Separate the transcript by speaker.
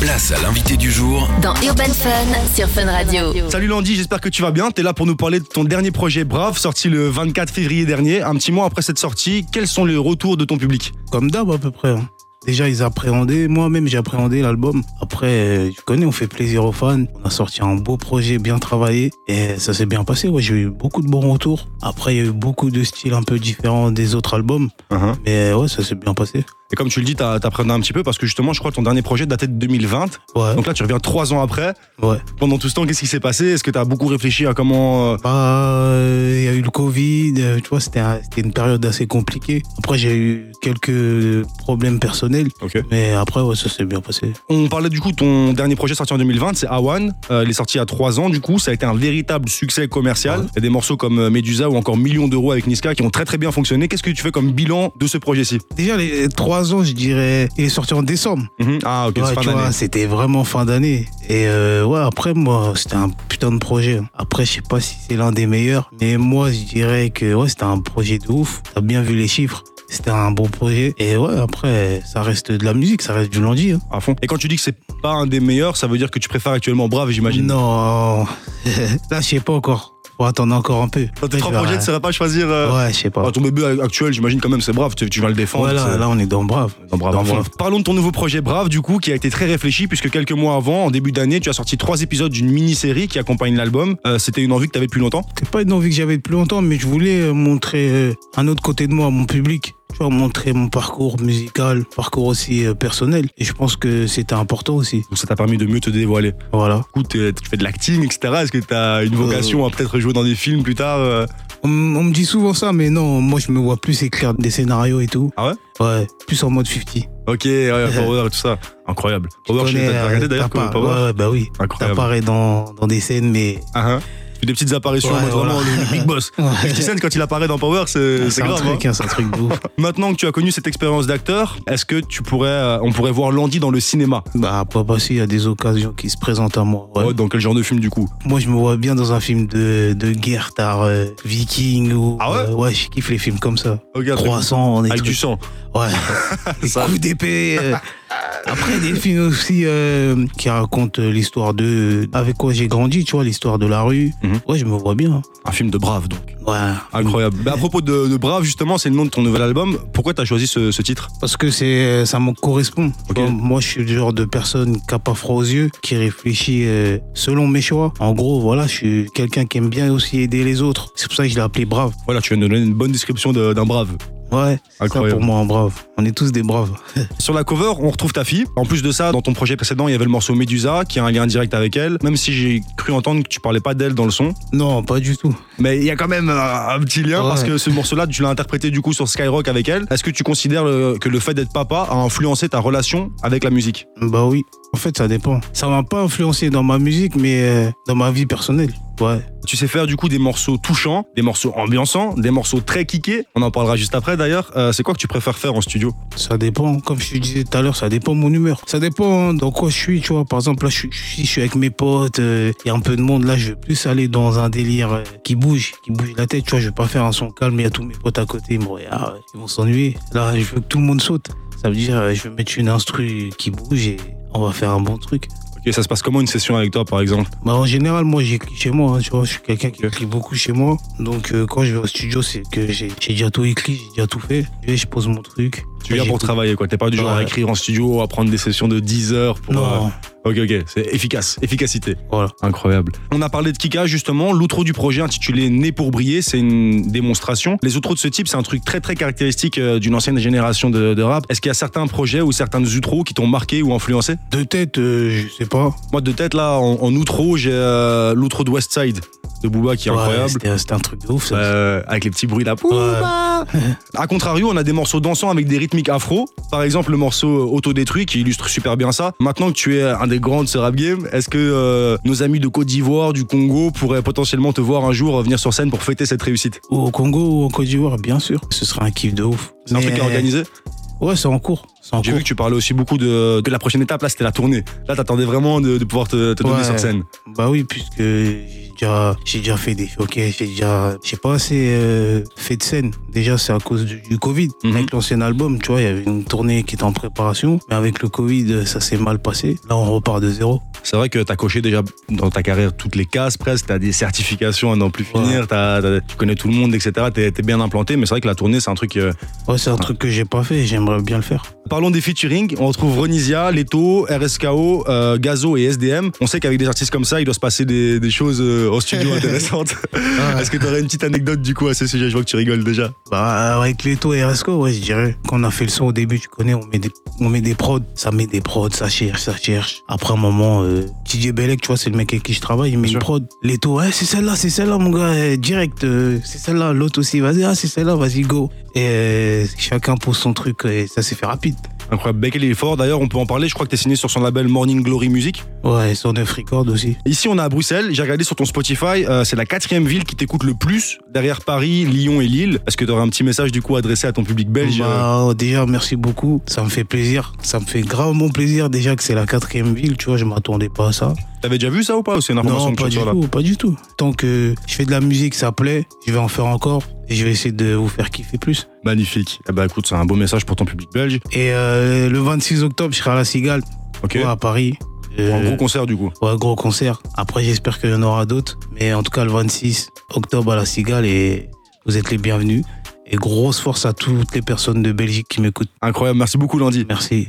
Speaker 1: Place à l'invité du jour
Speaker 2: Dans Urban Fun sur Fun Radio.
Speaker 3: Salut Landy, j'espère que tu vas bien. T'es là pour nous parler de ton dernier projet Brave, sorti le 24 février dernier. Un petit mois après cette sortie, quels sont les retours de ton public
Speaker 4: comme d'hab à peu près. hein. Déjà, ils appréhendaient, moi-même j'ai appréhendé l'album. Après, euh, tu connais, on fait plaisir aux fans. On a sorti un beau projet bien travaillé et ça s'est bien passé. Ouais, j'ai eu beaucoup de bons retours. Après, il y a eu beaucoup de styles un peu différents des autres albums, mais euh, ouais, ça s'est bien passé.
Speaker 3: Et comme tu le dis, t'as- t'appréhendes un petit peu parce que justement, je crois que ton dernier projet datait de 2020.
Speaker 4: Ouais,
Speaker 3: Donc là, tu reviens trois ans après.
Speaker 4: ouais.
Speaker 3: Pendant tout ce temps, qu'est-ce qui s'est passé Est-ce que t'as beaucoup réfléchi à comment. euh,
Speaker 4: Bah, euh, il y a eu le Covid, euh, tu vois, c'était un- c'était une période assez compliquée. Après, j'ai eu quelques problèmes personnels,
Speaker 3: Ok.
Speaker 4: mais après, ouais, ça s'est bien passé.
Speaker 3: On parlait du coup de ton dernier projet sorti en 2020, c'est Awan. Euh, il est sorti à trois ans, du coup, ça a été un véritable succès commercial. Il y a des morceaux comme euh, Medusa ou encore Millions d'euros avec Niska qui ont très très bien fonctionné. Qu'est-ce que tu fais comme bilan de ce projet-ci
Speaker 4: Déjà, les trois ans, je dirais, il est sorti en décembre.
Speaker 3: Mhm. Ah, ok,
Speaker 4: Ouais,
Speaker 3: c'est fin
Speaker 4: tu
Speaker 3: d'année.
Speaker 4: vois, c'était vraiment fin d'année. Et euh, ouais, après, moi, c'était un putain de projet. Après, je sais pas si c'est l'un des meilleurs, mais moi, je dirais que ouais, c'était un projet de ouf. T'as bien vu les chiffres. C'était un bon projet. Et ouais, après, ça reste de la musique, ça reste du lundi. hein.
Speaker 3: à fond. Et quand tu dis que c'est pas un des meilleurs, ça veut dire que tu préfères actuellement Brave, j'imagine.
Speaker 4: Non. Là, je sais pas encore. Faut attendre encore un peu.
Speaker 3: Dans tes
Speaker 4: Là,
Speaker 3: trois
Speaker 4: je vais-
Speaker 3: projets, tu saurais pas choisir. euh,
Speaker 4: Ouais, je sais pas.
Speaker 3: ah, ton bébé actuel, j'imagine quand même, c'est Brave, tu, tu vas le défendre.
Speaker 4: Voilà,
Speaker 3: c'est-
Speaker 4: là, on est dans Brave.
Speaker 3: Non, bravo,
Speaker 4: Dans
Speaker 3: à fond. Parlons de ton nouveau projet Brave, du coup, qui a été très réfléchi, puisque quelques mois avant, en début d'année, tu as sorti trois épisodes d'une mini-série qui accompagne l'album. Euh, C'était une envie que tu avais depuis longtemps.
Speaker 4: C'était pas une envie que j'avais depuis longtemps, mais je voulais euh, montrer euh, un autre côté de moi à mon public. Tu vois, montrer mon parcours musical, parcours aussi euh, personnel. Et je pense que c'était important aussi.
Speaker 3: Donc ça t'a permis de mieux te dévoiler.
Speaker 4: Voilà.
Speaker 3: Du coup, t'es- tu fais de l'acting, etc. Est-ce que tu as une
Speaker 4: Euh.
Speaker 3: vocation à peut-être jouer dans des films plus tard euh
Speaker 4: On, m- on me dit souvent ça, mais non, moi je me vois plus écrire des scénarios et tout.
Speaker 3: Ah ouais
Speaker 4: Ouais, plus en mode 50.
Speaker 3: Ok, ouais, Power, tout ça. Incroyable. Power, je sais
Speaker 4: Connais,
Speaker 3: pas, t'as regardé
Speaker 4: euh,
Speaker 3: d'ailleurs
Speaker 4: t'appara-
Speaker 3: Power
Speaker 4: Ouais, ouais, bah oui.
Speaker 3: Incroyable.
Speaker 4: T'apparais dans, dans des scènes, mais.
Speaker 3: Ah, hein. Tu fais des petites apparitions
Speaker 4: Ouais,
Speaker 3: en mode
Speaker 4: voilà.
Speaker 3: vraiment le big boss.
Speaker 4: Ouais.
Speaker 3: 50 Cent, quand il apparaît dans Power, c'est c'est
Speaker 4: un
Speaker 3: grave.
Speaker 4: truc,
Speaker 3: hein.
Speaker 4: hein, c'est un truc de ouf.
Speaker 3: Maintenant que tu as connu cette expérience d'acteur, est-ce que tu pourrais, euh, on pourrait voir Landy dans le cinéma
Speaker 4: Bah, après, bah, si, il y a des occasions qui se présentent à moi. ouais.
Speaker 3: Ouais, Dans quel genre de film du coup
Speaker 4: Moi, je me vois bien dans un film de, de guerre, tard, euh, viking ou.
Speaker 3: Ah ouais
Speaker 4: euh, Ouais, je kiffe les films comme ça.
Speaker 3: Ok, un truc
Speaker 4: 300, on est
Speaker 3: Avec du sang.
Speaker 4: Ouais. des
Speaker 3: Ça.
Speaker 4: coups d'épée. euh. Après, des films aussi euh, qui racontent euh, l'histoire de. Avec quoi j'ai grandi, tu vois, l'histoire de la rue.
Speaker 3: Mhm.
Speaker 4: Ouais, je me vois bien. hein.
Speaker 3: Un film de brave donc.
Speaker 4: Ouais.
Speaker 3: Incroyable. Bah, à propos de, de Brave, justement, c'est le nom de ton nouvel album. Pourquoi t'as choisi ce, ce titre
Speaker 4: Parce que c'est, euh, ça me correspond.
Speaker 3: Ok.
Speaker 4: Bon, Moi, je suis le genre de personne qui n'a pas froid aux yeux, qui réfléchit euh, selon mes choix. En gros, voilà, je suis quelqu'un qui aime bien aussi aider les autres. C'est pour ça que je l'ai appelé Brave.
Speaker 3: Voilà, tu viens de donner une bonne description de- d'un brave.
Speaker 4: Ouais, c'est ça
Speaker 3: Incroyable.
Speaker 4: pour moi, un brave. On est tous des braves.
Speaker 3: Sur la cover, on retrouve ta fille. En plus de ça, dans ton projet précédent, il y avait le morceau Medusa qui a un lien direct avec elle. Même si j'ai cru entendre que tu parlais pas d'elle dans le son,
Speaker 4: Non, pas du tout.
Speaker 3: mais il y a quand même euh, un petit lien
Speaker 4: Ouais.
Speaker 3: parce que ce morceau-là, tu l'as interprété du coup sur Skyrock avec elle. Est-ce que tu considères euh, que le fait d'être papa a influencé ta relation avec la musique
Speaker 4: Bah oui. En fait, ça dépend. Ça m'a pas influencé dans ma musique, mais euh, dans ma vie personnelle. Ouais.
Speaker 3: Tu sais faire du coup des morceaux touchants, des morceaux ambiançants, des morceaux très kickés. On en parlera juste après d'ailleurs. Euh, c'est quoi que tu préfères faire en studio
Speaker 4: Ça dépend. Comme je te disais tout à l'heure, ça dépend de mon humeur. Ça dépend hein, dans quoi je suis, tu vois. Par exemple, là, je suis, si je suis avec mes potes, euh, il y a un peu de monde. Là, je vais plus aller dans un délire euh, qui bouge, qui bouge la tête, tu vois. Je vais pas faire un son calme. Il y a tous mes potes à côté, ils me regardent, euh, ils vont s'ennuyer. Là, je veux que tout le monde saute. Ça veut dire, euh, je vais mettre une instru qui bouge et on va faire un bon truc.
Speaker 3: Ok, ça se passe comment une session avec toi par exemple
Speaker 4: Bah, en général, moi, j'écris chez moi. hein, tu vois, je suis quelqu'un qui
Speaker 3: Ok.
Speaker 4: écrit beaucoup chez moi. Donc, euh, quand je vais au studio, c'est que j'ai j'ai déjà tout écrit, j'ai déjà tout fait. Je vais, je pose mon truc.
Speaker 3: Tu viens pour
Speaker 4: J'écoute.
Speaker 3: travailler quoi, t'es pas du genre à
Speaker 4: Ouais.
Speaker 3: écrire en studio, à prendre des sessions de 10 heures pour... euh,
Speaker 4: Non,
Speaker 3: Ok, ok, c'est efficace, efficacité.
Speaker 4: Voilà.
Speaker 3: Incroyable. On a parlé de Kika justement, l'outro du projet intitulé Né pour briller, c'est une démonstration. Les outros de ce type, c'est un truc très très caractéristique euh, d'une ancienne génération de, de rap. Est-ce qu'il y a certains projets ou certains outros qui t'ont marqué ou influencé
Speaker 4: de tête, euh, je sais pas.
Speaker 3: Moi de tête là, en, en outro, j'ai euh, l'outro de Westside de Booba qui est
Speaker 4: Ouais,
Speaker 3: incroyable.
Speaker 4: c'était- C'était un truc de ouf, ça.
Speaker 3: Euh, avec les petits bruits là. Booba A contrario, on a des morceaux dansants avec des rythmiques afro. Par exemple, le morceau euh, Autodétruit qui illustre super bien ça. Maintenant que tu es un des grands de ce rap game, est-ce que euh, nos amis de Côte d'Ivoire, du Congo, pourraient potentiellement te voir un jour venir sur scène pour fêter cette réussite
Speaker 4: Ou au Congo ou en Côte d'Ivoire, bien sûr. Ce serait un kiff de ouf.
Speaker 3: C'est un
Speaker 4: Mais-
Speaker 3: truc à organiser
Speaker 4: Ouais, c'est en cours. C'est en
Speaker 3: J'ai
Speaker 4: cours.
Speaker 3: vu que tu parlais aussi beaucoup de, de la prochaine étape, là c'était la tournée. Là t'attendais vraiment de, de pouvoir te, te donner
Speaker 4: Ouais.
Speaker 3: sur scène.
Speaker 4: Bah oui, puisque j'ai déjà, j'ai déjà fait des ok, j'ai déjà, j'ai pas assez euh, fait de scène. Déjà, c'est à cause du, du Covid.
Speaker 3: Mhm.
Speaker 4: Avec l'ancien album, tu vois, il y avait une tournée qui était en préparation, mais avec le Covid, ça s'est mal passé. Là, on repart de zéro.
Speaker 3: C'est vrai que t'as coché déjà dans ta carrière toutes les cases presque, t'as des certifications à n'en plus
Speaker 4: Ouais.
Speaker 3: finir, t'as- t'as- tu connais tout le monde, etc. T'es t'es bien implanté, mais c'est vrai que la tournée c'est un truc... euh,
Speaker 4: Ouais, c'est un truc que j'ai pas fait. J'aimerais bien le faire.
Speaker 3: Parlons des featuring. On retrouve Ronisia, Leto, RSKO, euh, Gazo et SDM. On sait qu'avec des artistes comme ça, il doit se passer des, des choses euh, au studio intéressantes. Est-ce que t'aurais une petite anecdote du coup à ce sujet Je vois que tu rigoles déjà.
Speaker 4: Bah, avec Leto et Resco, ouais, je dirais. Quand on a fait le son au début, tu connais, on met des, on met des prods, ça met des prods, ça cherche, ça cherche. Après un moment, euh, DJ Belek, tu vois, c'est le mec avec qui je travaille, il met
Speaker 3: sûr.
Speaker 4: une prod. Leto, ouais, c'est celle-là, c'est celle-là, mon gars, eh, direct, euh, c'est celle-là. L'autre aussi, vas-y, ah, c'est celle-là, vas-y, go. Et euh, chacun pose son truc, et ça s'est fait rapide.
Speaker 3: Incroyable. Beckel il est fort. D'ailleurs, on peut en parler. Je crois que t'es signé sur son label Morning Glory Music.
Speaker 4: Ouais, son neuf record aussi.
Speaker 3: Ici, on est à Bruxelles. J'ai regardé sur ton Spotify. euh, c'est la quatrième ville qui t'écoute le plus derrière Paris, Lyon et Lille. Est-ce que t'aurais un petit message du coup adressé à ton public belge euh,
Speaker 4: Bah, oh, déjà, merci beaucoup. Ça me fait plaisir. Ça me fait gravement plaisir, déjà, que c'est la quatrième ville, tu vois, je m'attendais pas à ça.
Speaker 3: euh, T'avais déjà vu ça ou pas Ou C'est une information
Speaker 4: Non,
Speaker 3: que tu
Speaker 4: pas du
Speaker 3: reçois, là
Speaker 4: tout, pas du tout. Tant que je fais de la musique, ça plaît, je vais en faire encore et je vais essayer de vous faire kiffer plus.
Speaker 3: Magnifique. Eh ben écoute, c'est un beau message pour ton public belge.
Speaker 4: Et euh, le 26 octobre, je serai à la Cigale,
Speaker 3: Ok.
Speaker 4: ouais, à Paris.
Speaker 3: Pour un
Speaker 4: Euh,
Speaker 3: gros concert du coup.
Speaker 4: ouais, gros concert. Après, j'espère qu'il y en aura d'autres. Mais en tout cas, le 26 octobre à la Cigale, et vous êtes les bienvenus. Et grosse force à toutes les personnes de Belgique qui m'écoutent.
Speaker 3: Incroyable. Merci beaucoup, Landy.
Speaker 4: Merci.